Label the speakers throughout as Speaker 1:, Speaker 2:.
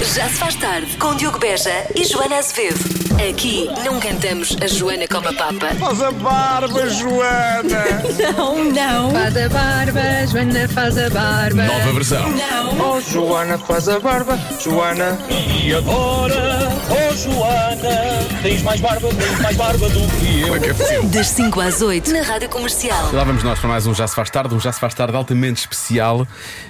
Speaker 1: Já se faz tarde com Diogo Beja e Joana Azevedo. Aqui não cantamos a Joana como a Papa.
Speaker 2: Faz a barba, Joana!
Speaker 3: Não, não,
Speaker 4: Faz a barba, Joana faz a barba.
Speaker 5: Nova versão.
Speaker 3: não.
Speaker 2: Oh, Joana, faz a barba, Joana!
Speaker 6: E agora, oh Joana, tens mais barba, muito mais barba do que eu.
Speaker 1: Das 5 às 8 na Rádio Comercial.
Speaker 5: Lá vamos nós para mais um Já Se Faz Tarde, um Já Se Faz Tarde altamente especial.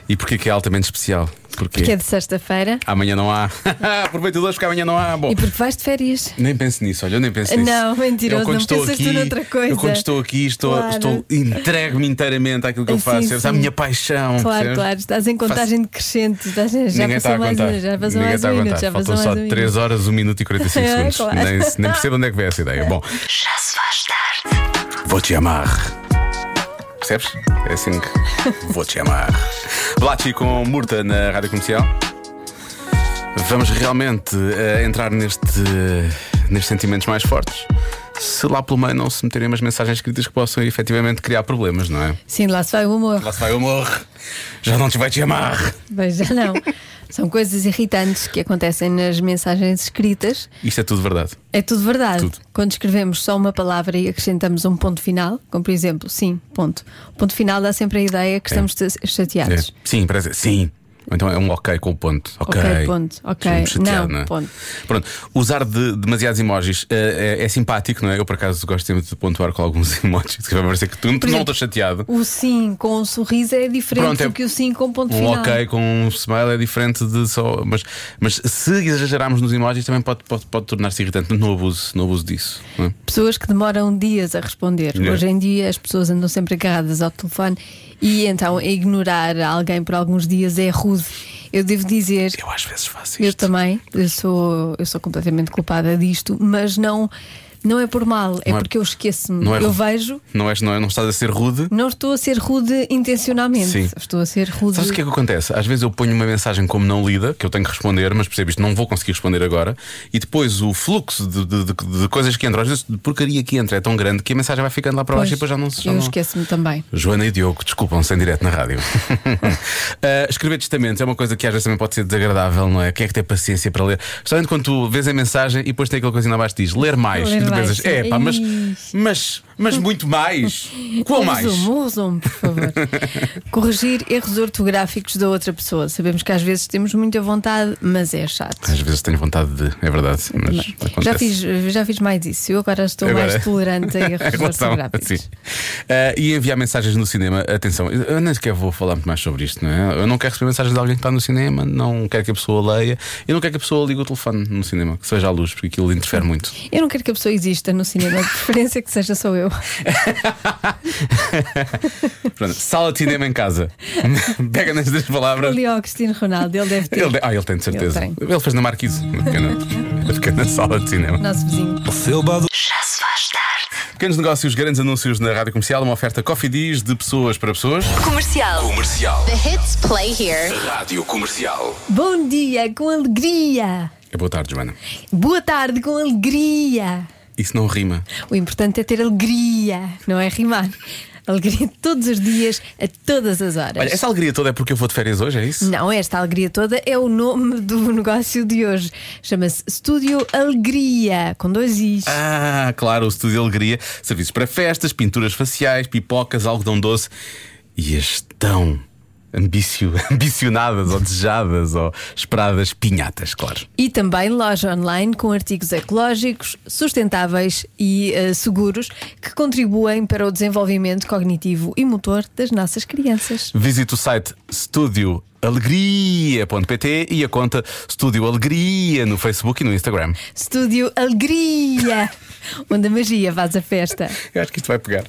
Speaker 5: E porquê que é altamente especial? Porque,
Speaker 4: Que é de sexta-feira.
Speaker 5: amanhã não há. Aproveita hoje porque amanhã não há. Bom,
Speaker 4: E porque vais de férias.
Speaker 5: nem pense nisso, olha, eu nem penso nisso.
Speaker 4: Não, mentiroso,
Speaker 5: Eu quando
Speaker 4: não
Speaker 5: estou
Speaker 4: pensas
Speaker 5: aqui,
Speaker 4: tu noutra coisa.
Speaker 5: Eu quando estou aqui, estou,
Speaker 4: Claro.
Speaker 5: estou entrego-me inteiramente àquilo que eu
Speaker 4: Sim,
Speaker 5: faço, percebes?
Speaker 4: sim.
Speaker 5: à minha paixão.
Speaker 4: Claro,
Speaker 5: percebes?
Speaker 4: claro. Estás em contagem decrescente. Estás, já
Speaker 5: Ninguém está
Speaker 4: passou
Speaker 5: a
Speaker 4: mais
Speaker 5: contar.
Speaker 4: um, já passou
Speaker 5: Ninguém
Speaker 4: mais
Speaker 5: está
Speaker 4: um
Speaker 5: a contar.
Speaker 4: minuto, já passou
Speaker 5: Faltam
Speaker 4: mais
Speaker 5: só
Speaker 4: um
Speaker 5: 3 horas, 1 minuto e 45
Speaker 4: É,
Speaker 5: segundos.
Speaker 4: claro.
Speaker 5: Nem, nem percebo onde é que veio essa ideia. Bom,
Speaker 1: Já se faz tarde.
Speaker 5: vou-te amar. Percebes? É assim que. vou-te amar. Blachi com Murta na rádio comercial. Vamos realmente eh, entrar neste, nestes sentimentos mais fortes. Se lá pelo meio não se meterem umas mensagens escritas que possam efetivamente criar problemas, não é?
Speaker 4: Sim, lá se vai o amor.
Speaker 5: Lá se vai o amor, já não te vai te amar.
Speaker 4: Mas já não. São coisas irritantes que acontecem nas mensagens escritas.
Speaker 5: Isto é tudo verdade.
Speaker 4: É tudo verdade.
Speaker 5: Tudo.
Speaker 4: Quando escrevemos só uma palavra e acrescentamos um ponto final, como por exemplo, sim, ponto. O ponto final dá sempre a ideia que estamos
Speaker 5: É.
Speaker 4: chateados.
Speaker 5: Sim, parece. Sim. Ou Então é um ok com o ponto. Ok,
Speaker 4: Ok, ponto. Ok.
Speaker 5: Fico-me chateado,
Speaker 4: Não,
Speaker 5: é?
Speaker 4: ponto.
Speaker 5: Pronto, usar de, demasiados emojis eh, é, é simpático, não é? Eu por acaso gosto sempre de pontuar com alguns emojis que vai parecer que tu, tu não
Speaker 4: exemplo,
Speaker 5: estou chateado.
Speaker 4: O sim com um sorriso é diferente
Speaker 5: Pronto, é
Speaker 4: do que o sim com ponto
Speaker 5: Um
Speaker 4: final.
Speaker 5: ok com um smile é diferente de só. Mas, mas se exagerarmos nos emojis também pode, pode, pode tornar-se irritante. Não abuso, não abuso disso. não é?
Speaker 4: Pessoas que demoram dias a responder.
Speaker 5: Yeah.
Speaker 4: Hoje em dia as pessoas andam sempre agarradas ao telefone e então ignorar alguém por alguns dias é rude. Eu devo dizer,
Speaker 5: Eu às vezes faço
Speaker 4: eu
Speaker 5: isto.
Speaker 4: também, eu sou, eu sou completamente culpada disto, mas não, não é por mal, é
Speaker 5: Não é-
Speaker 4: porque eu esqueço-me.
Speaker 5: não é
Speaker 4: eu
Speaker 5: rude.
Speaker 4: vejo,
Speaker 5: Não, és, não, é- não estás a ser rude.
Speaker 4: não estou a ser rude intencionalmente,
Speaker 5: Sim.
Speaker 4: estou a ser rude.
Speaker 5: Sabes o que é que acontece? Às vezes eu ponho uma mensagem como não lida, que eu tenho que responder, mas percebo isto, não vou conseguir responder agora, e depois o fluxo de, de- de- de coisas que entram, às vezes de porcaria que entra é tão grande que a mensagem vai ficando lá para baixo e depois já não se já
Speaker 4: eu
Speaker 5: não-
Speaker 4: esqueço-me também.
Speaker 5: Joana e Diogo, desculpam-se em direto na rádio. Ah, escrever testamentos é uma coisa que às vezes também pode ser desagradável, não é? Quem é que tem paciência para ler? Especialmente quando tu vês a mensagem e depois tem aquela coisinha abaixo que diz ler mais.
Speaker 4: Ler
Speaker 5: e tu
Speaker 4: mais,
Speaker 5: pensas,
Speaker 4: sim.
Speaker 5: é pá, mas,
Speaker 4: Ixi.
Speaker 5: mas, mas muito mais. Qual mais?
Speaker 4: Resumo, resumo, por favor. Corrigir erros ortográficos da outra pessoa. Sabemos que às vezes temos muita vontade, mas é chato.
Speaker 5: Às vezes tenho vontade de, é verdade, mas acontece.
Speaker 4: Já fiz, já fiz mais isso. Eu agora estou
Speaker 5: Agora-
Speaker 4: mais tolerante a
Speaker 5: Em
Speaker 4: erros
Speaker 5: relação-
Speaker 4: ortográficos.
Speaker 5: sim. Ah, e enviar mensagens no cinema. Atenção, eu nem sequer vou falar muito mais sobre isto, não é? Eu não quero receber mensagens de alguém que está no cinema, não quero que a pessoa leia, eu não quero que a pessoa ligue o telefone no cinema, que seja à luz, porque aquilo interfere muito.
Speaker 4: Eu não quero que a pessoa exista no cinema, de preferência que seja só eu.
Speaker 5: Pronto, sala de cinema em casa. Pega nas duas palavras.
Speaker 4: Ali ao Cristiano Ronaldo, ele deve ter.
Speaker 5: Ele, ah, ele tem de certeza.
Speaker 4: Ele
Speaker 5: fez na Marquise, na pequena, na pequena sala de cinema.
Speaker 4: Nosso vizinho.
Speaker 1: Já se faz tarde.
Speaker 5: Pequenos negócios, grandes anúncios na rádio comercial, uma oferta Coffee Diz de pessoas para pessoas.
Speaker 1: Comercial.
Speaker 4: Bom dia, com alegria.
Speaker 5: É boa tarde, Joana.
Speaker 4: Boa tarde, com alegria.
Speaker 5: Isso não rima.
Speaker 4: O importante é ter alegria, não é rimar. Alegria todos os dias, a todas as horas.
Speaker 5: Olha, essa alegria toda é porque eu vou de férias hoje, é isso?
Speaker 4: Não, esta alegria toda é o nome do negócio de hoje. Chama-se Estúdio Alegria, com dois Is.
Speaker 5: Ah, claro, o Estúdio Alegria. Serviços para festas, pinturas faciais, pipocas, algodão doce e as tão ambicio- ambicionadas ou desejadas ou esperadas pinhatas, claro.
Speaker 4: E também loja online com artigos ecológicos, sustentáveis e eh, seguros que contribuem para o desenvolvimento cognitivo e motor das nossas crianças.
Speaker 5: Visite o site estudioalegria.pt e a conta Estúdio Alegria no Facebook e no Instagram.
Speaker 4: Estúdio Alegria, onde a magia faz a festa.
Speaker 5: Eu acho que isto vai pegar.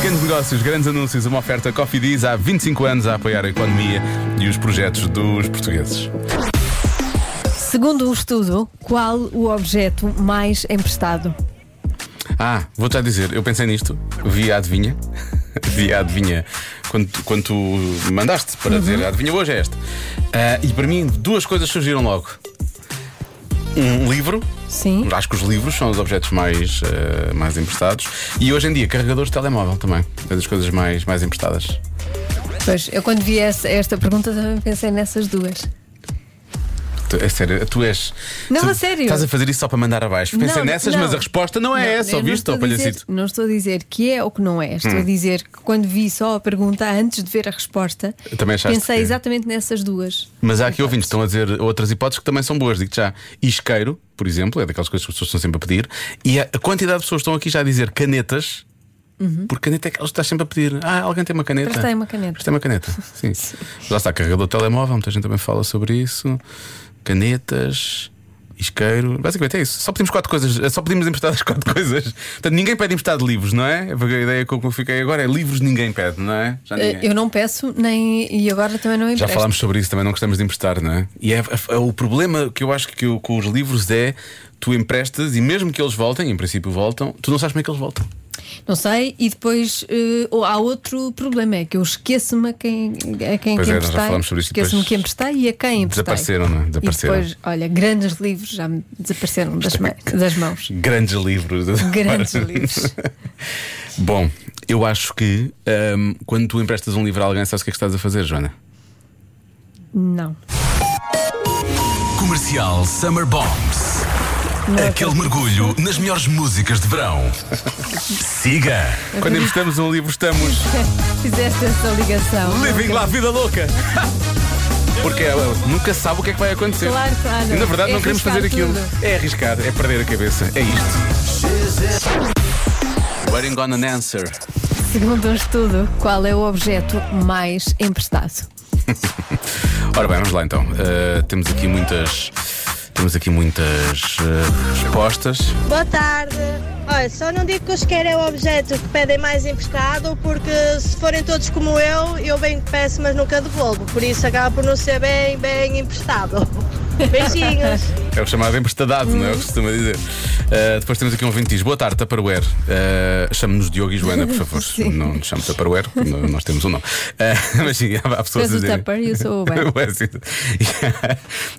Speaker 5: Pequenos negócios, grandes anúncios, uma oferta Coffee Diz há 25 anos a apoiar a economia e os projetos dos portugueses.
Speaker 4: Segundo um estudo, qual o objeto mais emprestado?
Speaker 5: Ah, vou te já dizer, eu pensei nisto, vi a adivinha, vi a adivinha quando, tu- quando tu mandaste para dizer a adivinha hoje é esta. Ah, e para mim, duas coisas surgiram logo: um livro,
Speaker 4: Sim.
Speaker 5: acho que os livros são os objetos mais, ah, mais emprestados, e hoje em dia, carregadores de telemóvel também, é das coisas mais, mais emprestadas.
Speaker 4: Pois, eu quando vi essa- esta pergunta também pensei nessas duas.
Speaker 5: tu, é sério, tu és.
Speaker 4: Não,
Speaker 5: tu,
Speaker 4: a sério.
Speaker 5: Estás a fazer isso só para mandar abaixo. Pensei
Speaker 4: Não,
Speaker 5: nessas,
Speaker 4: não.
Speaker 5: mas a resposta não é
Speaker 4: Não,
Speaker 5: essa,
Speaker 4: eu não
Speaker 5: ouviste,
Speaker 4: estou
Speaker 5: ó
Speaker 4: a dizer-
Speaker 5: palhacito? Hum.
Speaker 4: Não estou a dizer que é ou que não é. Estou a dizer que quando vi só a pergunta antes de ver a resposta,
Speaker 5: Também achaste
Speaker 4: pensei
Speaker 5: que-
Speaker 4: exatamente nessas duas.
Speaker 5: Mas há aqui ouvintes que estão a dizer outras hipóteses que também são boas. Digo já, isqueiro, por exemplo, é daquelas coisas que as pessoas estão sempre a pedir. E a a quantidade de pessoas que estão aqui já a dizer canetas, porque caneta é que elas estás sempre a pedir. Ah, alguém tem uma caneta.
Speaker 4: Presta aí Uhum. uma caneta.
Speaker 5: Presta aí uma caneta. Sim. Já está, carregador de telemóvel, muita gente também fala sobre isso. Canetas. Isqueiro, basicamente é isso. Só pedimos quatro coisas, só pedimos emprestadas quatro coisas. Portanto, ninguém pede emprestado livros, não é? Porque a ideia com que eu fiquei agora é livros ninguém pede, não é? Já ninguém.
Speaker 4: Eh, Eu não peço, nem. E agora também não
Speaker 5: Já
Speaker 4: empresto.
Speaker 5: falámos sobre isso, também não gostamos de emprestar, não é? E é, é- o problema que eu acho que eu- com os livros é tu emprestas e mesmo que eles voltem, em princípio voltam, tu não sabes como é que eles voltam.
Speaker 4: Não sei, e depois eh, ou há outro problema: é que eu esqueço-me a quem, a quem
Speaker 5: Pois
Speaker 4: que
Speaker 5: é, nós já
Speaker 4: emprestei.
Speaker 5: falámos sobre isso,
Speaker 4: Esqueço-me
Speaker 5: depois
Speaker 4: que emprestei e a quem emprestei.
Speaker 5: Desapareceram, não é? Desapareceram.
Speaker 4: E depois, olha, grandes livros já me desapareceram das, ma- das mãos.
Speaker 5: Grandes livros.
Speaker 4: Grandes livros.
Speaker 5: Bom, eu acho que hum, quando tu emprestas um livro a alguém, sabes o que é que estás a fazer, Joana?
Speaker 4: Não.
Speaker 3: Comercial Summer Bombs. Aquele mergulho nas melhores músicas de verão. Siga
Speaker 5: Quando emprestamos um livro, estamos
Speaker 4: Fizeste essa ligação.
Speaker 5: living lá, vida louca! Porque ela nunca sabe o que é que vai acontecer.
Speaker 4: Claro, claro.
Speaker 5: E, na verdade,
Speaker 4: É
Speaker 5: não queremos
Speaker 4: arriscar
Speaker 5: fazer aquilo.
Speaker 4: tudo.
Speaker 5: É arriscar, é perder a cabeça. É isto. Waiting on an answer.
Speaker 4: Segundo um estudo, qual é o objeto mais emprestado?
Speaker 5: Ora bem, vamos lá então. Uh, temos aqui muitas. Temos aqui muitas uh, respostas.
Speaker 7: Boa tarde. Olha, só não digo que os querem é o objeto que pedem mais emprestado, porque se forem todos como eu, eu bem que peço, mas nunca devolvo. Por isso acaba por não ser bem, bem emprestado. Beijinhos.
Speaker 5: É o chamado emprestadado, não é o que se costuma dizer. Uh, depois temos aqui um ouvinte que diz: Boa tarde, Tupperware. Uh, Chame-nos Diogo e Joana, por favor.
Speaker 4: Sim.
Speaker 5: Não nos chame Tupperware, porque não- nós temos um nome. Uh, mas sim, há há pessoas a
Speaker 4: Tens o
Speaker 5: dizerem.
Speaker 4: Tupper e eu sou o Ben.
Speaker 5: Ué, sim.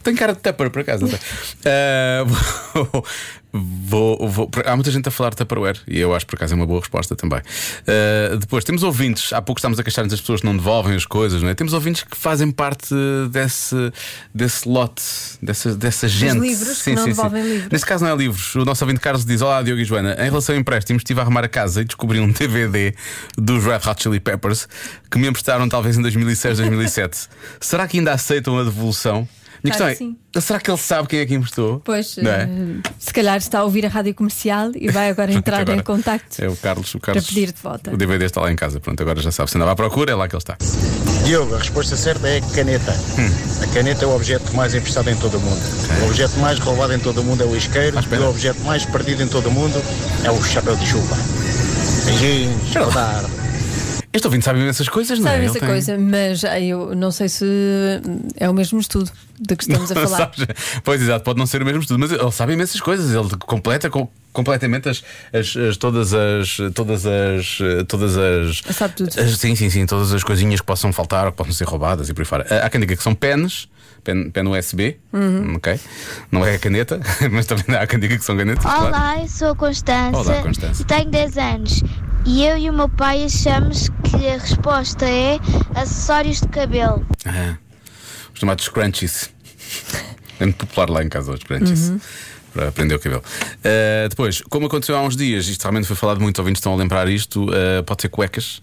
Speaker 5: Tenho cara de Tupper, por acaso. não tenho. Ah, vou- vou- vou- por- há muita gente a falar de Tupperware e eu acho, por acaso, é uma boa resposta também. Ah, depois, temos ouvintes. Há pouco estamos a queixar-nos das pessoas que não devolvem as coisas, não é? Temos ouvintes que fazem parte desse, desse lote, dessa, dessa gente.
Speaker 4: livros que não devolvem livros.
Speaker 5: Nesse caso, não é livros. O nosso ouvinte Carlos diz: Olá, Diogo e Joana. Em relação a empréstimos, estive a arrumar a casa e descobri um DVD dos Red Hot Chili Peppers que me emprestaram talvez em 2006, 2007. Será que ainda aceitam a devolução? Minha
Speaker 4: Claro
Speaker 5: questão é: será que ele sabe quem é que emprestou?
Speaker 4: Pois,
Speaker 5: Não é?
Speaker 4: eh, se calhar está a ouvir a rádio comercial e vai agora entrar
Speaker 5: Agora
Speaker 4: em contacto.
Speaker 5: É o Carlos, o Carlos.
Speaker 4: pedir de volta.
Speaker 5: O DVD está lá em casa, pronto, agora já sabe. Se andava à procura, é lá que ele está.
Speaker 8: Diogo, a resposta certa é caneta. A caneta é o objeto mais emprestado em todo o mundo. O objeto mais roubado em todo o mundo é o isqueiro. E
Speaker 5: espera.
Speaker 8: o objeto mais perdido em todo o mundo é o chapéu de chuva. Beijinhos, boa tarde.
Speaker 5: Este ouvinte sabe imensas coisas, não é?
Speaker 4: Sabe
Speaker 5: Ele
Speaker 4: essa
Speaker 5: tem-
Speaker 4: coisa, mas ah, eu não sei se é o mesmo estudo de que estamos a
Speaker 5: Não
Speaker 4: falar.
Speaker 5: sabes? Pois exato, pode não ser o mesmo estudo, mas ele sabe imensas coisas, ele completa com- completamente as, as- as- todas as todas as eh, todas as
Speaker 4: Sabe tudo.
Speaker 5: as- sim, sim, sim, todas as coisinhas que possam faltar ou que possam ser roubadas e por aí fora. Há quem diga que são pens, pen, pen USB,
Speaker 4: Uhum.
Speaker 5: ok? Não é a caneta, mas também há quem diga que são canetas. claro.
Speaker 9: Olá, eu sou a Constança,
Speaker 5: Olá, Constança.
Speaker 9: e tenho 10 anos. E eu e o meu pai achamos que a resposta é acessórios de cabelo.
Speaker 5: Ah, os chamados scrunchies. É muito popular lá em casa os scrunchies.
Speaker 4: Uhum.
Speaker 5: Para prender o cabelo. Ah, depois, como aconteceu há uns dias, isto realmente foi falado muito, ouvintes estão a lembrar isto, ah, pode ser cuecas.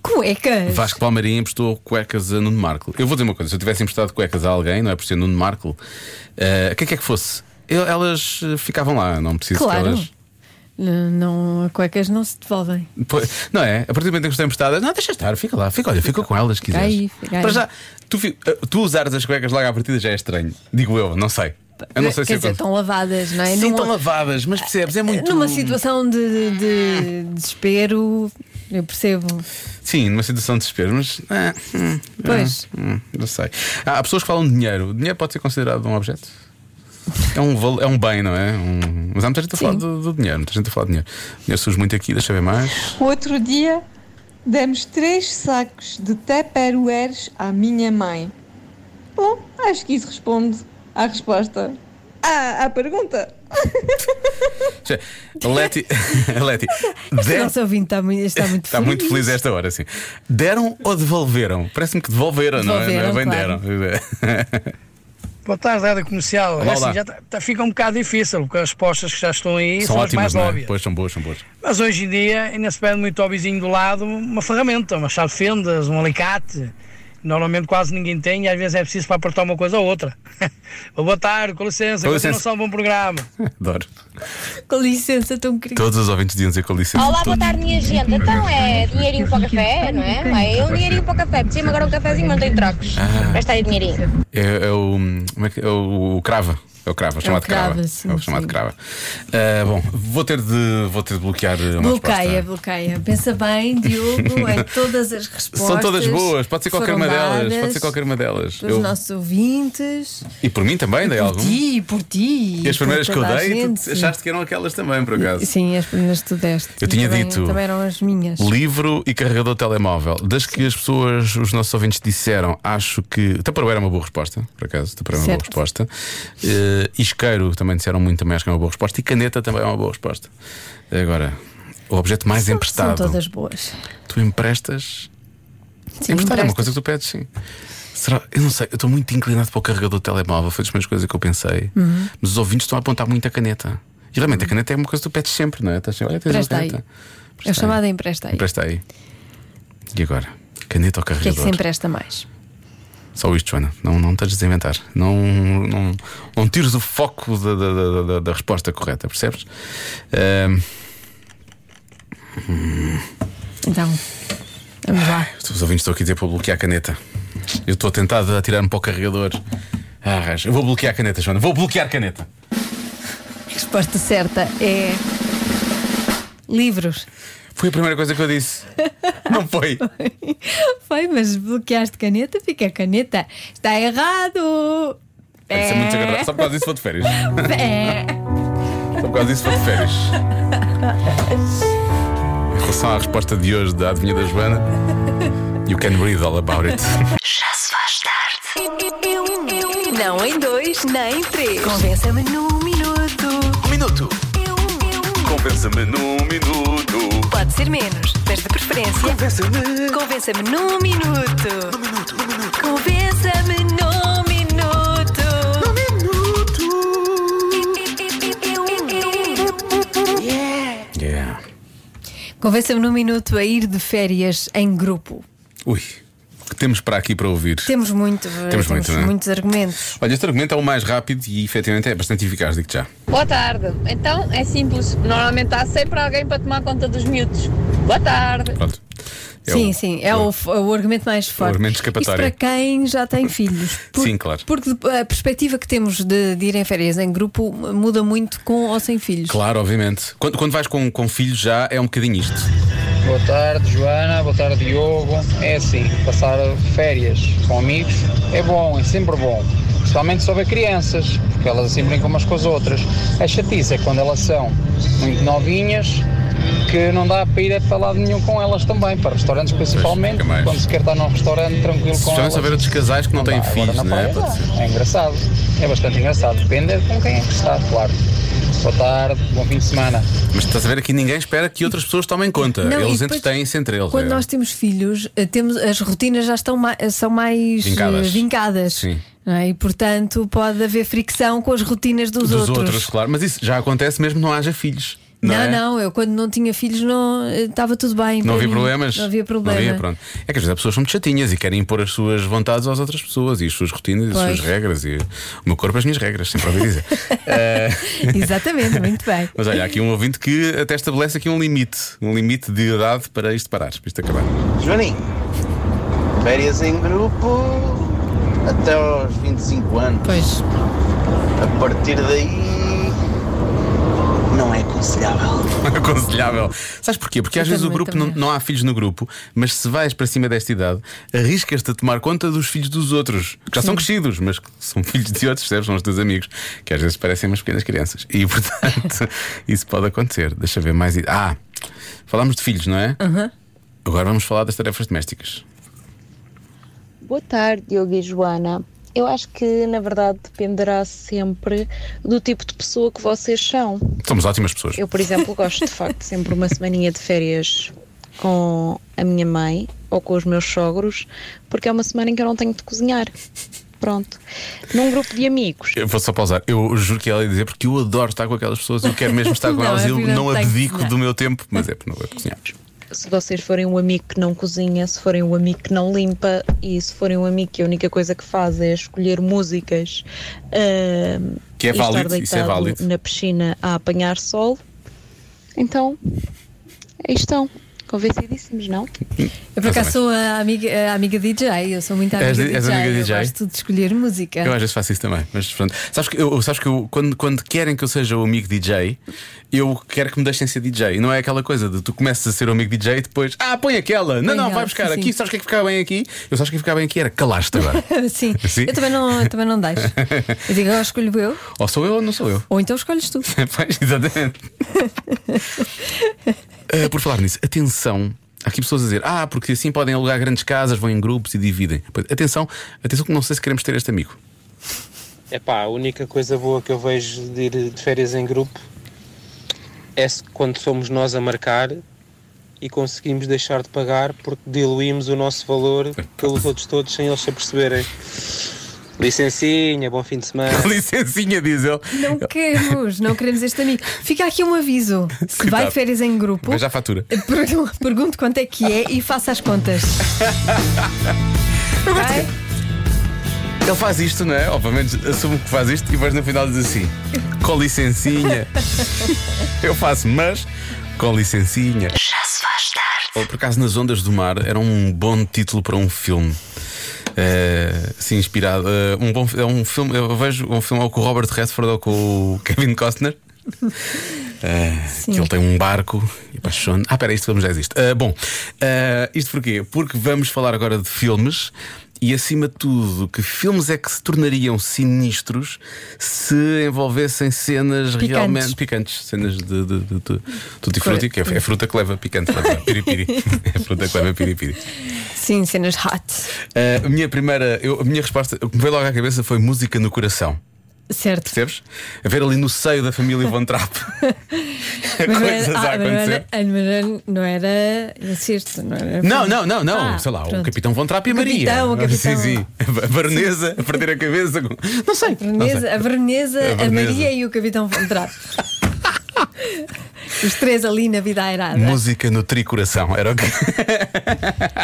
Speaker 4: Cuecas!
Speaker 5: Vasco Palmarim emprestou cuecas a Nuno Marco. Eu vou dizer uma coisa: se eu tivesse emprestado cuecas a alguém, não é por ser Nuno Marco, ah, quem quer que fosse? Eu- elas ah, ficavam lá, não preciso que
Speaker 4: Claro.
Speaker 5: elas.
Speaker 4: Não, não, cuecas não se devolvem.
Speaker 5: Pois, não é? A partir do momento em que estão emprestadas, não, deixa estar, fica lá, fica, olha, fica com elas, se quiseres.
Speaker 4: aí, fica aí.
Speaker 5: Para já, tu, fi- eh, tu usares as cuecas logo à partida já é estranho. Digo eu, não sei. Eu não sei se é
Speaker 4: Quer dizer,
Speaker 5: eu-
Speaker 4: estão lavadas, não é?
Speaker 5: Sim,
Speaker 4: Não-
Speaker 5: estão lavadas, mas percebes, é muito.
Speaker 4: Numa situação de, de desespero, eu percebo.
Speaker 5: Sim, numa situação de desespero, mas. ah, hum,
Speaker 4: Pois.
Speaker 5: ah, hum, não sei. Há, há pessoas que falam de dinheiro. O dinheiro pode ser considerado um objeto? É um, val- é um bem, não é? Um- mas há muita gente a falar
Speaker 4: Sim.
Speaker 5: do, do dinheiro. Muita gente a falar de dinheiro. O dinheiro surge muito aqui, deixa eu ver mais.
Speaker 10: Outro dia, demos três sacos de Tupperwares à minha mãe. Bom, acho que isso responde à resposta. À, à pergunta.
Speaker 5: Deixa- A Leti. A Leti.
Speaker 4: O
Speaker 5: Dez-
Speaker 4: nosso ouvinte está muito, está muito
Speaker 5: Está É. Tá muito feliz a esta hora, sim. Deram ou devolveram? Parece-me que devolveram, não é?
Speaker 4: Devolveram,
Speaker 5: Não é? Bem
Speaker 4: claro.
Speaker 5: deram.
Speaker 11: Boa tarde, Rádio Comercial.
Speaker 5: Olá,
Speaker 11: É assim,
Speaker 5: olá.
Speaker 11: já tá- tá- fica um bocado difícil, porque as respostas que já estão aí são,
Speaker 5: são
Speaker 11: as mais
Speaker 5: ótimas, não é?
Speaker 11: óbvias.
Speaker 5: Pois são boas, são boas.
Speaker 11: Mas hoje em dia ainda se pede muito ao vizinho do lado uma ferramenta, uma chave de fendas, um alicate. Normalmente quase ninguém tem e às vezes é preciso para apertar uma coisa ou outra. Boa tarde, com licença,
Speaker 5: Com
Speaker 11: continuação
Speaker 5: licença.
Speaker 11: de um bom programa.
Speaker 5: Adoro.
Speaker 4: Com licença, tão querido.
Speaker 5: Todos os ouvintes deviam dizer com licença.
Speaker 12: Olá, boa
Speaker 5: Todos.
Speaker 12: tarde, minha gente. Então é dinheirinho para o café, não é? Mãe, é um dinheirinho para o café. Preciso agora um cafezinho, mas não tenho trocos.
Speaker 5: Ah.
Speaker 12: Presta aí dinheirinho.
Speaker 5: É, é o. Como é que é? O, o crava. É o
Speaker 12: É
Speaker 5: crava,
Speaker 12: o
Speaker 5: chamado crava.
Speaker 12: crava, sim,
Speaker 5: é o chamado crava. Ah, bom, vou ter de, vou ter de bloquear eh, uma resposta.
Speaker 4: Bloqueia, bloqueia. Pensa bem, Diogo, em todas as respostas.
Speaker 5: São todas boas, pode ser qualquer
Speaker 4: foram
Speaker 5: uma delas.
Speaker 4: dadas
Speaker 5: Pode ser qualquer uma delas.
Speaker 4: Pelos
Speaker 5: Eu-
Speaker 4: nossos ouvintes,
Speaker 5: E por mim também, dei
Speaker 4: por
Speaker 5: algum.
Speaker 4: ti, e por ti.
Speaker 5: E as
Speaker 4: por
Speaker 5: primeiras que eu
Speaker 4: toda a
Speaker 5: dei, tu
Speaker 4: gente.
Speaker 5: achaste que eram aquelas também, por acaso.
Speaker 4: Sim, as primeiras que tu deste.
Speaker 5: Eu tinha
Speaker 4: Também-
Speaker 5: dito-
Speaker 4: Também eram as minhas.
Speaker 5: Livro e carregador de telemóvel. Das que as pessoas, os nossos ouvintes disseram, acho que. Tupperware é uma boa resposta, por acaso. Tupperware é uma boa
Speaker 4: Certo.
Speaker 5: resposta. Eh, isqueiro também disseram muito, também acho que é uma boa resposta. E caneta também é uma boa resposta. Agora, o objeto mais
Speaker 4: São
Speaker 5: emprestado.
Speaker 4: todas boas.
Speaker 5: Tu emprestas.
Speaker 4: Sim,
Speaker 5: emprestar é uma
Speaker 4: empresta.
Speaker 5: coisa que tu pedes, sim. Será? Eu não sei, eu estou muito inclinado para o carregador de telemóvel, foi das primeiras coisas que eu pensei.
Speaker 4: Uhum.
Speaker 5: Mas os ouvintes estão a apontar muito a caneta. E realmente a caneta é uma coisa que tu pedes sempre, não é? Estás sempre, olha, tens uma
Speaker 4: Empresta aí.
Speaker 5: caneta.
Speaker 4: É o chamado empresta aí.
Speaker 5: Empresta aí. E agora? Caneta ou
Speaker 4: O que é
Speaker 5: carregador?
Speaker 4: que se empresta mais?
Speaker 5: Só isto, Joana. Não, não estás a desinventar. Não, não, não tires o foco da, da- da- da- da resposta correta, percebes? Ahm,
Speaker 4: Então, vamos lá.
Speaker 5: Os ouvintes estão aqui a dizer para eu bloquear a caneta. Eu estou tentado a tirar-me para o carregador. Ah, arras. Eu vou bloquear a caneta, Joana. Vou bloquear a caneta.
Speaker 4: A resposta certa é. Livros.
Speaker 5: Foi a primeira coisa que eu disse. Não foi?
Speaker 4: Foi, mas bloqueaste caneta, fica caneta. Está errado!
Speaker 5: Deve ser é muito desagradável. Só por causa disso vou de férias.
Speaker 4: É.
Speaker 5: Só por causa disso vou de férias. Em relação à resposta de hoje da adivinha da Joana, you can read all about it.
Speaker 1: Já se faz tarde. Não em dois, nem em três. Convença-me num minuto.
Speaker 5: Um minuto. Compensa-me num minuto.
Speaker 1: Pode ser menos, mas de preferência. Convença-me. Convença-me num minuto. Num minuto. Convença-me num minuto. Num minuto. Yeah.
Speaker 5: Yeah.
Speaker 4: Convença-me num minuto a ir de férias em grupo.
Speaker 5: Ui, o que temos para aqui para ouvir?
Speaker 4: Temos muito,
Speaker 5: Temos muito, não é?
Speaker 4: muitos argumentos.
Speaker 5: Olha, este argumento é o mais rápido e efetivamente é bastante eficaz, digo já.
Speaker 13: Boa tarde. Então é simples. Normalmente há sempre alguém para tomar conta dos miúdos. Boa tarde.
Speaker 5: Pronto. É
Speaker 4: sim,
Speaker 5: o- É
Speaker 4: sim, é o, o argumento mais forte.
Speaker 5: argumento
Speaker 4: Isto
Speaker 5: escapatório.
Speaker 4: para quem já tem filhos.
Speaker 5: Sim, claro.
Speaker 4: Porque a perspectiva que temos de, de ir em férias em grupo muda muito com ou sem filhos.
Speaker 5: Claro, obviamente. Quando, quando vais com, com filhos já é um bocadinho isto.
Speaker 14: Boa tarde, Joana. Boa tarde, Diogo. É assim, passar férias com amigos é bom, é sempre bom. Principalmente sobre crianças, porque elas assim brincam umas com as outras. A chatice é quando elas são muito novinhas, que não dá para ir para lado nenhum com elas também, para restaurantes principalmente,
Speaker 5: mais.
Speaker 14: quando se quer estar num restaurante tranquilo
Speaker 5: Se
Speaker 14: com
Speaker 5: já
Speaker 14: elas.
Speaker 5: saber outros casais que não têm filhos,
Speaker 14: Na
Speaker 5: não é?
Speaker 14: praia, dá. é engraçado, é bastante engraçado. Depende de com quem é que está, claro. Boa tarde, bom fim de semana.
Speaker 5: Mas estás a ver aqui ninguém espera que outras pessoas tomem conta.
Speaker 4: Não, e
Speaker 5: eles
Speaker 4: depois,
Speaker 5: entretêm-se entre eles.
Speaker 4: Quando
Speaker 5: é.
Speaker 4: nós temos filhos, eh, temos, as rotinas já estão ma- são mais eh,
Speaker 5: Vincadas.
Speaker 4: vincadas.
Speaker 5: Sim.
Speaker 4: não é? E portanto pode haver fricção com as rotinas dos,
Speaker 5: Dos outros. claro. Mas isso já acontece mesmo que não haja filhos. Não,
Speaker 4: Não,
Speaker 5: é?
Speaker 4: não, um eu quando não tinha filhos não eh, estava tudo bem.
Speaker 5: Não
Speaker 4: para
Speaker 5: havia
Speaker 4: mim.
Speaker 5: problemas?
Speaker 4: Não havia problema.
Speaker 5: Não havia, pronto. É que às vezes as pessoas são muito chatinhas e querem impor as suas vontades às outras pessoas e as suas rotinas e as
Speaker 4: Pois.
Speaker 5: suas regras. E o meu corpo, as minhas regras, sempre ouvi dizer. Eh,
Speaker 4: Exatamente, muito bem.
Speaker 5: Mas olha, há aqui um ouvinte que até estabelece aqui um limite, um limite de idade para isto parar, para isto acabar.
Speaker 15: Joaninho, férias em grupo até aos 25 anos.
Speaker 4: Pois.
Speaker 15: A partir daí não é aconselhável.
Speaker 5: Aconselhável. Sabes porquê? Porque às
Speaker 15: Eu
Speaker 5: vezes o
Speaker 15: também,
Speaker 5: grupo não,
Speaker 15: também
Speaker 5: não há filhos no grupo, mas se vais para cima desta idade, arriscas-te a tomar conta dos filhos dos outros, que já são
Speaker 15: Sim.
Speaker 5: crescidos, mas que são filhos de outros, percebes? São os teus amigos, que às vezes parecem umas pequenas crianças. E portanto, isso pode acontecer. Deixa eu ver mais. i- Ah, falámos de filhos, não é?
Speaker 16: Aham.
Speaker 5: Agora vamos falar das tarefas domésticas.
Speaker 16: Boa tarde, Diogo e Joana. Eu acho que, na verdade, dependerá sempre do tipo de pessoa que vocês são.
Speaker 5: Somos ótimas pessoas.
Speaker 16: Eu, por exemplo, gosto de facto sempre uma semaninha de férias com a minha mãe ou com os meus sogros, porque é uma semana em que eu não tenho de cozinhar. Pronto. Num grupo de amigos.
Speaker 5: Eu vou só pausar. Eu juro que ela ia dizer, porque eu adoro estar com aquelas pessoas, eu quero mesmo estar com
Speaker 16: Não,
Speaker 5: elas
Speaker 16: a
Speaker 5: e eu
Speaker 16: vida
Speaker 5: não
Speaker 16: tem que
Speaker 5: abdico
Speaker 16: dar.
Speaker 5: do meu tempo. Mas é porque não é cozinhar.
Speaker 16: Se vocês forem um amigo que não cozinha, se forem um amigo que não limpa e se forem um amigo que a única coisa que faz é escolher músicas ahm,
Speaker 5: Que é
Speaker 16: e estar
Speaker 5: válido, isso é
Speaker 16: deitado
Speaker 5: válido.
Speaker 16: na piscina a apanhar sol, então aí estão, convencidíssimos, não?
Speaker 4: Eu por acaso sou a amiga, a amiga DJ, eu sou muito amiga
Speaker 5: És-
Speaker 4: DJ.
Speaker 5: és amiga DJ?
Speaker 4: Eu gosto de escolher música.
Speaker 5: Eu às vezes faço isso também, mas pronto. Sabes que, eu, sabes que eu, quando, quando querem que eu seja o amigo DJ, eu quero que me deixem ser DJ. Não é aquela coisa de tu começas a ser o amigo DJ e depois, ah, põe aquela, não,
Speaker 4: Põe
Speaker 5: não,
Speaker 4: ela,
Speaker 5: vai buscar
Speaker 4: sim,
Speaker 5: aqui,
Speaker 4: sim.
Speaker 5: sabes o que é que ficava bem aqui? Eu sabes o que é que ficava bem aqui era calaste agora.
Speaker 4: Sim.
Speaker 5: Sim.
Speaker 4: eu também não, eu também não deixo. Eu digo, eu escolho eu,
Speaker 5: ou sou eu ou não sou eu.
Speaker 4: ou então escolhes tu.
Speaker 5: Pois, exatamente. Ah, por falar nisso, atenção. Há aqui pessoas a dizer, ah, porque assim podem alugar grandes casas, vão em grupos e dividem. Pois, atenção, atenção que não sei se queremos ter este amigo.
Speaker 17: É pá, a única coisa boa que eu vejo de ir de férias em grupo é se- quando somos nós a marcar e conseguimos deixar de pagar porque diluímos o nosso valor pelos outros todos sem eles se aperceberem. Licencinha, bom fim de semana.
Speaker 5: Licencinha, diz ele.
Speaker 4: Não queremos, não queremos este amigo. Fica aqui um aviso: se vai de férias em grupo, eh,
Speaker 5: Mas já fatura.
Speaker 4: pergun- pergunte quanto é que é e faça as contas. Ok?
Speaker 5: Ele faz isto, não é? Obviamente assumo que faz isto e depois no final diz assim: com licencinha. Eu faço, mas com licencinha.
Speaker 1: Já se faz tarde.
Speaker 5: Ou, Oh, Por acaso, Nas Ondas do Mar era um bom título para um filme. Eh, assim, inspirado. eh, um bom, fi- é um filme, eu vejo um filme ou com o Robert Redford ou com o Kevin Costner. Eh, que ele tem um barco e apaixona. Ah, espera, isto vamos já existe. Eh, bom, eh, isto porquê? Porque vamos falar agora de filmes e, acima de tudo, que filmes é que se tornariam sinistros se envolvessem cenas
Speaker 18: Picantes.
Speaker 5: realmente picantes, cenas de, de, de, de tutti frutti, que é, é fruta que leva picante, não é? piripiri. É fruta que leva piripiri.
Speaker 4: Sim, cenas hot.
Speaker 5: Eh, a minha primeira, eu- a minha resposta, o que me veio logo à cabeça foi música no coração.
Speaker 4: Certo.
Speaker 5: Percebes? A ver ali no seio da família Von Trapp. Coisas
Speaker 4: não
Speaker 5: a
Speaker 4: era- ah, mas
Speaker 5: acontecer.
Speaker 4: não era, não era, insisto, não era.
Speaker 5: Não, não, não, não.
Speaker 4: Ah,
Speaker 5: Sei lá, o
Speaker 4: pronto.
Speaker 5: Capitão Von Trapp e a
Speaker 4: O
Speaker 5: Maria.
Speaker 4: capitão, o capitão.
Speaker 5: Sim, sim. A baronesa a perder a cabeça. com- Não sei.
Speaker 4: A Verneza, a Verneza,
Speaker 5: A
Speaker 4: a,
Speaker 5: Verneza.
Speaker 4: Maria e o Capitão Von Trapp. Os três ali na vida airada.
Speaker 5: Música no tricoração. Era o que.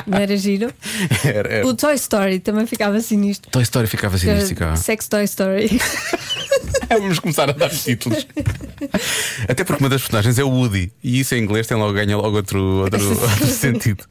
Speaker 4: Não era giro?
Speaker 5: Era, era.
Speaker 4: O Toy Story também ficava sinistro.
Speaker 5: Toy Story ficava assim, nisto, ficava.
Speaker 4: Sex Toy Story.
Speaker 5: Vamos começar a dar títulos. Até porque uma das personagens é o Woody. E isso em inglês tem logo, ganha logo outro, outro, outro sentido.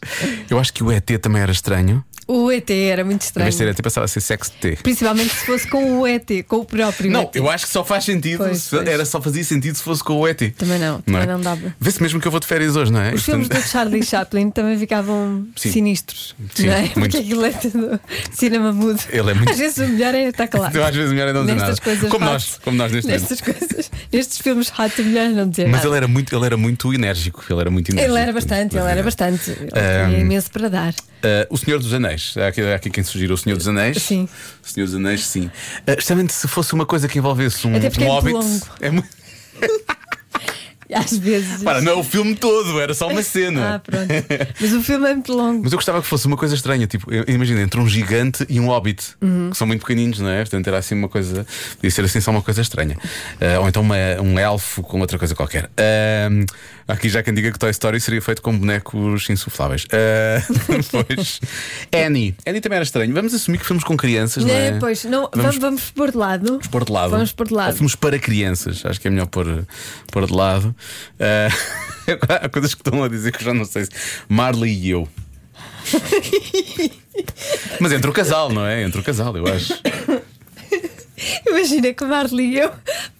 Speaker 5: Eu acho que o ET também era estranho.
Speaker 4: O ET era muito
Speaker 5: Em vez de ser
Speaker 4: estranho.
Speaker 5: ET, passava a ser sexo T.
Speaker 4: Principalmente se fosse com o ET, com o próprio.
Speaker 5: Não,
Speaker 4: ET.
Speaker 5: eu acho que só faz sentido.
Speaker 4: Pois,
Speaker 5: se- Era só fazia sentido se fosse com o ET.
Speaker 4: Também não,
Speaker 5: Não é?
Speaker 4: também não dava.
Speaker 5: Vê-se mesmo que eu vou de férias hoje, não é?
Speaker 4: Os filmes do
Speaker 5: Portanto,
Speaker 4: Charlie Chaplin também ficavam
Speaker 5: Sim.
Speaker 4: sinistros.
Speaker 5: Sim,
Speaker 4: não é?
Speaker 5: muito.
Speaker 4: Porque aquilo é tudo cinema mudo.
Speaker 5: Ele é muito-
Speaker 4: Às vezes o melhor é estar calado.
Speaker 5: eu às vezes melhor é não dizer
Speaker 4: Nestas
Speaker 5: nada.
Speaker 4: coisas
Speaker 5: como
Speaker 4: hot.
Speaker 5: nós, como nós neste momento.
Speaker 4: Nestas coisas, nestes filmes hot, o melhor é não dizer
Speaker 5: Mas
Speaker 4: nada.
Speaker 5: ele era, muito, ele era muito enérgico. Ele era muito enérgico. é.
Speaker 4: Ele era bastante, ele era bastante. Ele tinha
Speaker 5: Um,
Speaker 4: imenso para dar.
Speaker 5: Ah, o Senhor dos Anéis. Há aqui, há aqui quem sugeriu o Senhor dos Anéis.
Speaker 4: Sim.
Speaker 5: O Senhor dos Anéis, sim. Ah, justamente se fosse uma coisa que envolvesse um,
Speaker 4: Até porque
Speaker 5: um
Speaker 4: é muito
Speaker 5: hobbit.
Speaker 4: longo.
Speaker 5: É muito...
Speaker 4: Às vezes.
Speaker 5: Para, não é o filme todo, era só uma cena.
Speaker 4: Ah, pronto. Mas o filme é muito longo.
Speaker 5: Mas eu gostava que fosse uma coisa estranha, tipo, eu- imagina, entre um gigante e um hobbit,
Speaker 4: Uhum.
Speaker 5: que são muito pequeninos, não é? Portanto, era assim uma coisa, podia ser assim só uma coisa estranha. Ah, ou então uma- um elfo com outra coisa qualquer. Ah, aqui já quem diga que Toy Story seria feito com bonecos insufláveis. Ah, depois, Annie. Annie também era estranho. Vamos assumir que fomos com crianças, não é?
Speaker 4: É, pois, não, vamos, vamos pôr de lado.
Speaker 5: Pôr de lado.
Speaker 4: Vamos pôr de lado.
Speaker 5: Ou Filmes para crianças, acho que é melhor pôr, pôr de lado. Ah, há coisas que estão a dizer que eu já não sei se. Marley e eu. Mas entre o casal, não é? Entre o casal, eu acho.
Speaker 4: Imagina que Marley e eu.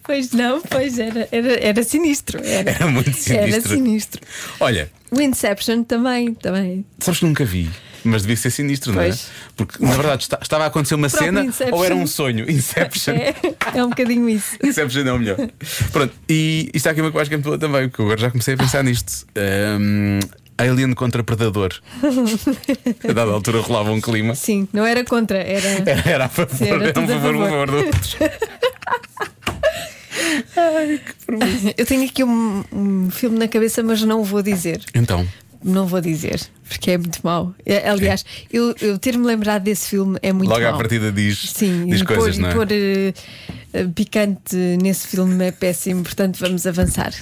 Speaker 4: Pois não, pois era, era, era sinistro. Era,
Speaker 5: Era muito
Speaker 4: Era
Speaker 5: sinistro.
Speaker 4: sinistro.
Speaker 5: Olha,
Speaker 4: O Inception também, também.
Speaker 5: sabes que nunca vi, mas devia ser sinistro, não é?
Speaker 4: Pois.
Speaker 5: Porque na verdade esta- estava a acontecer uma
Speaker 4: O próprio
Speaker 5: cena
Speaker 4: Inception.
Speaker 5: ou era um sonho? Inception.
Speaker 4: É, é um bocadinho isso.
Speaker 5: Inception é o melhor. Pronto, e isto há aqui uma que eu acho que é muito boa também, porque eu agora já comecei a pensar nisto. Ahm, alien contra Predador. A dada altura rolava um clima.
Speaker 4: Sim, não era contra, era.
Speaker 5: Era, era a favor,
Speaker 4: Sim, era
Speaker 5: era um
Speaker 4: tudo a
Speaker 5: favor, um favor do outro.
Speaker 4: Ai, que Eu tenho aqui um, um filme na cabeça, mas não o vou dizer.
Speaker 5: Então,
Speaker 4: Não vou dizer, porque é muito mau. É, Aliás, eu, eu ter-me lembrado desse filme é muito
Speaker 5: Logo
Speaker 4: mau.
Speaker 5: à partida diz,
Speaker 4: Sim,
Speaker 5: diz
Speaker 4: e
Speaker 5: coisas,
Speaker 4: pôr,
Speaker 5: não é?
Speaker 4: e pôr, eh, eh, picante nesse filme é péssimo, portanto vamos avançar.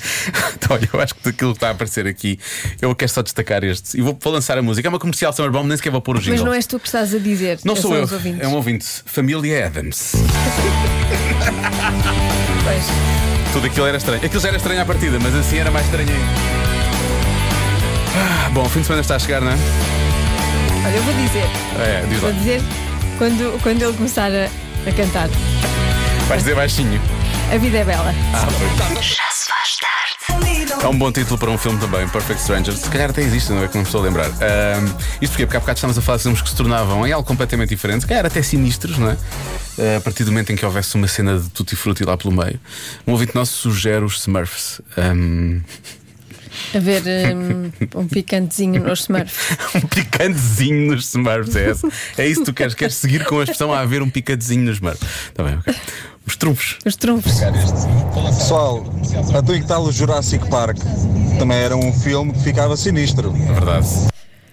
Speaker 5: Então, olha, eu acho que daquilo que está a aparecer aqui, eu quero só destacar este. E vou, vou lançar a música. É uma comercial Summer Bomb, nem sequer vou pôr o
Speaker 4: Mas
Speaker 5: jingle.
Speaker 4: não é és tu que estás a dizer,
Speaker 5: Não
Speaker 4: é
Speaker 5: sou
Speaker 4: só
Speaker 5: eu,
Speaker 4: os ouvintes.
Speaker 5: é um ouvinte. Família Adams.
Speaker 4: Pois.
Speaker 5: Tudo aquilo era estranho. Aquilo já era estranho à partida, mas assim era mais estranho ainda. Ah, bom, o fim de semana está a chegar, não é?
Speaker 4: Olha, eu vou dizer,
Speaker 5: É, diz lá.
Speaker 4: vou dizer quando, quando ele começar a, a cantar.
Speaker 5: Vais dizer baixinho.
Speaker 4: A vida é bela.
Speaker 5: Ah, pois.
Speaker 1: Já se faz tarde.
Speaker 5: É um bom título para um filme também, Perfect Strangers. Se calhar até existe, não é que não me estou a lembrar. Ahm, isto porquê? Porque há bocado estávamos a falar de filmes que se tornavam em algo completamente diferente, se calhar até sinistros, não é? Ah, a partir do momento em que houvesse uma cena de tutti frutti lá pelo meio. Um ouvinte nosso sugere os Smurfs. Ahm,
Speaker 4: A ver hum, um picantezinho nos Smurfs.
Speaker 5: um picantezinho nos Smurfs, é essa? É isso que tu queres? Queres seguir com a expressão a haver um picantezinho nos Smurfs? Está bem, ok. Os trunfos.
Speaker 4: Os trunfos.
Speaker 18: Pessoal, a tu e que tal o Jurassic Park? Também era um filme que ficava sinistro.
Speaker 5: É verdade.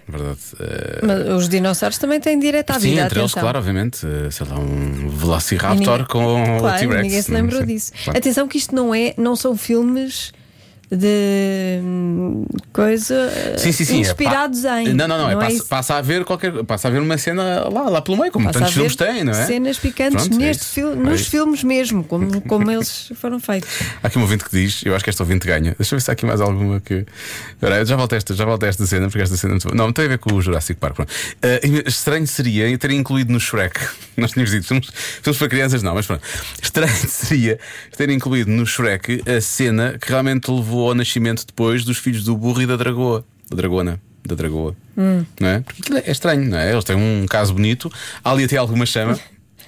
Speaker 5: É Verdade. Ah,
Speaker 4: Mas os dinossauros também têm direito à
Speaker 5: Sim,
Speaker 4: vida,
Speaker 5: entre eles,
Speaker 4: atenção.
Speaker 5: claro, obviamente, eh, sei lá, um
Speaker 4: E
Speaker 5: Velociraptor
Speaker 4: ninguém-
Speaker 5: com o
Speaker 4: Claro,
Speaker 5: T-Rex.
Speaker 4: Ninguém se
Speaker 5: não
Speaker 4: lembrou
Speaker 5: sei.
Speaker 4: disso.
Speaker 5: Claro.
Speaker 4: Atenção que isto não é, não são filmes de hum, coisa eh,
Speaker 5: Sim, sim, sim. é
Speaker 4: inspirados
Speaker 5: pa-
Speaker 4: em.
Speaker 5: Não, não, não. é passa,
Speaker 4: isso?
Speaker 5: passa a haver qualquer. Passa a haver uma cena lá, lá pelo meio, como
Speaker 4: Passa a
Speaker 5: tantos
Speaker 4: ver
Speaker 5: filmes têm, não é?
Speaker 4: Cenas picantes
Speaker 5: Pronto, é
Speaker 4: neste
Speaker 5: isso,
Speaker 4: fil-
Speaker 5: é
Speaker 4: nos
Speaker 5: isso.
Speaker 4: filmes mesmo, como, como eles foram feitos.
Speaker 5: Há aqui um ouvinte que diz, eu acho que este ouvinte ganha. Deixa eu ver se há aqui mais alguma que. Ora, eu já volto a esta, já volto a esta cena, porque esta cena é muito boa. Não, tem a ver com o Jurassic Park. pronto. Ah, estranho seria eu terem incluído no Shrek. Nós tínhamos dito, filmes, filmes para crianças, não, mas pronto. Estranho seria terem incluído no Shrek a cena que realmente levou ao nascimento depois dos filhos do burro e da dragoa. Da dragona. Da dragoa.
Speaker 1: Hum.
Speaker 5: Não é? Porque aquilo é estranho, não é? Eles têm um caso bonito, há ali até alguma chama.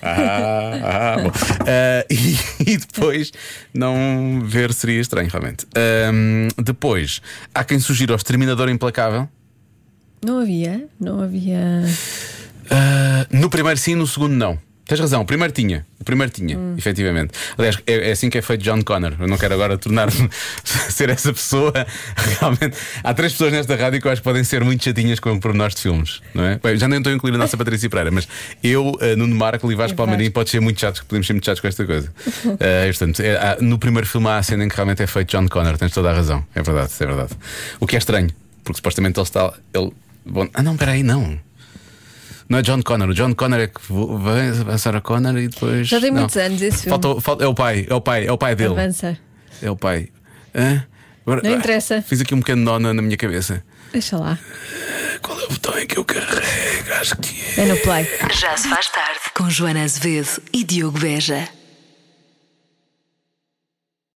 Speaker 5: Ah, ah, bom. Ah, e, e depois não ver seria estranho, realmente. Ahm, depois, há quem sugira o Exterminador Implacável.
Speaker 4: Não havia, não havia.
Speaker 5: Ah, no primeiro sim, no segundo não. Tens razão, o primeiro tinha, o primeiro tinha,
Speaker 4: Hum.
Speaker 5: efetivamente. Aliás, é, é assim que é feito John Connor. Eu não quero agora tornar-me ser essa pessoa. Realmente, há três pessoas nesta rádio que eu acho que podem ser muito chatinhas com pormenores de filmes, não é? Bem, já nem estou a incluir a nossa Patrícia Pereira, mas eu, eh, Nuno Marco e Vasco
Speaker 4: E
Speaker 5: Palmeirim,
Speaker 4: Vasco.
Speaker 5: pode ser muito chatos, podemos ser muito chatos com esta coisa. Eh, portanto, é, há- no primeiro filme há a cena em que realmente é feito John Connor, tens toda a razão, é verdade, é verdade. O que é estranho, porque supostamente ele está. Ele, bom, ah, não, peraí, não. Não é John Connor, o John Connor é que vo- vai avançar a Connor e depois.
Speaker 4: Já tem
Speaker 5: não.
Speaker 4: muitos anos esse filme.
Speaker 5: Falta, falta- é o pai, é o pai, é o pai dele.
Speaker 4: Avança.
Speaker 5: É o pai. Hã? Agora-
Speaker 4: Não interessa.
Speaker 5: Fiz aqui um pequeno nó na, na minha cabeça.
Speaker 4: Deixa lá.
Speaker 5: Qual é o botão em que eu carrego? Acho que
Speaker 4: É no play.
Speaker 1: Já se faz tarde com Joana Azevedo e Diogo Veja.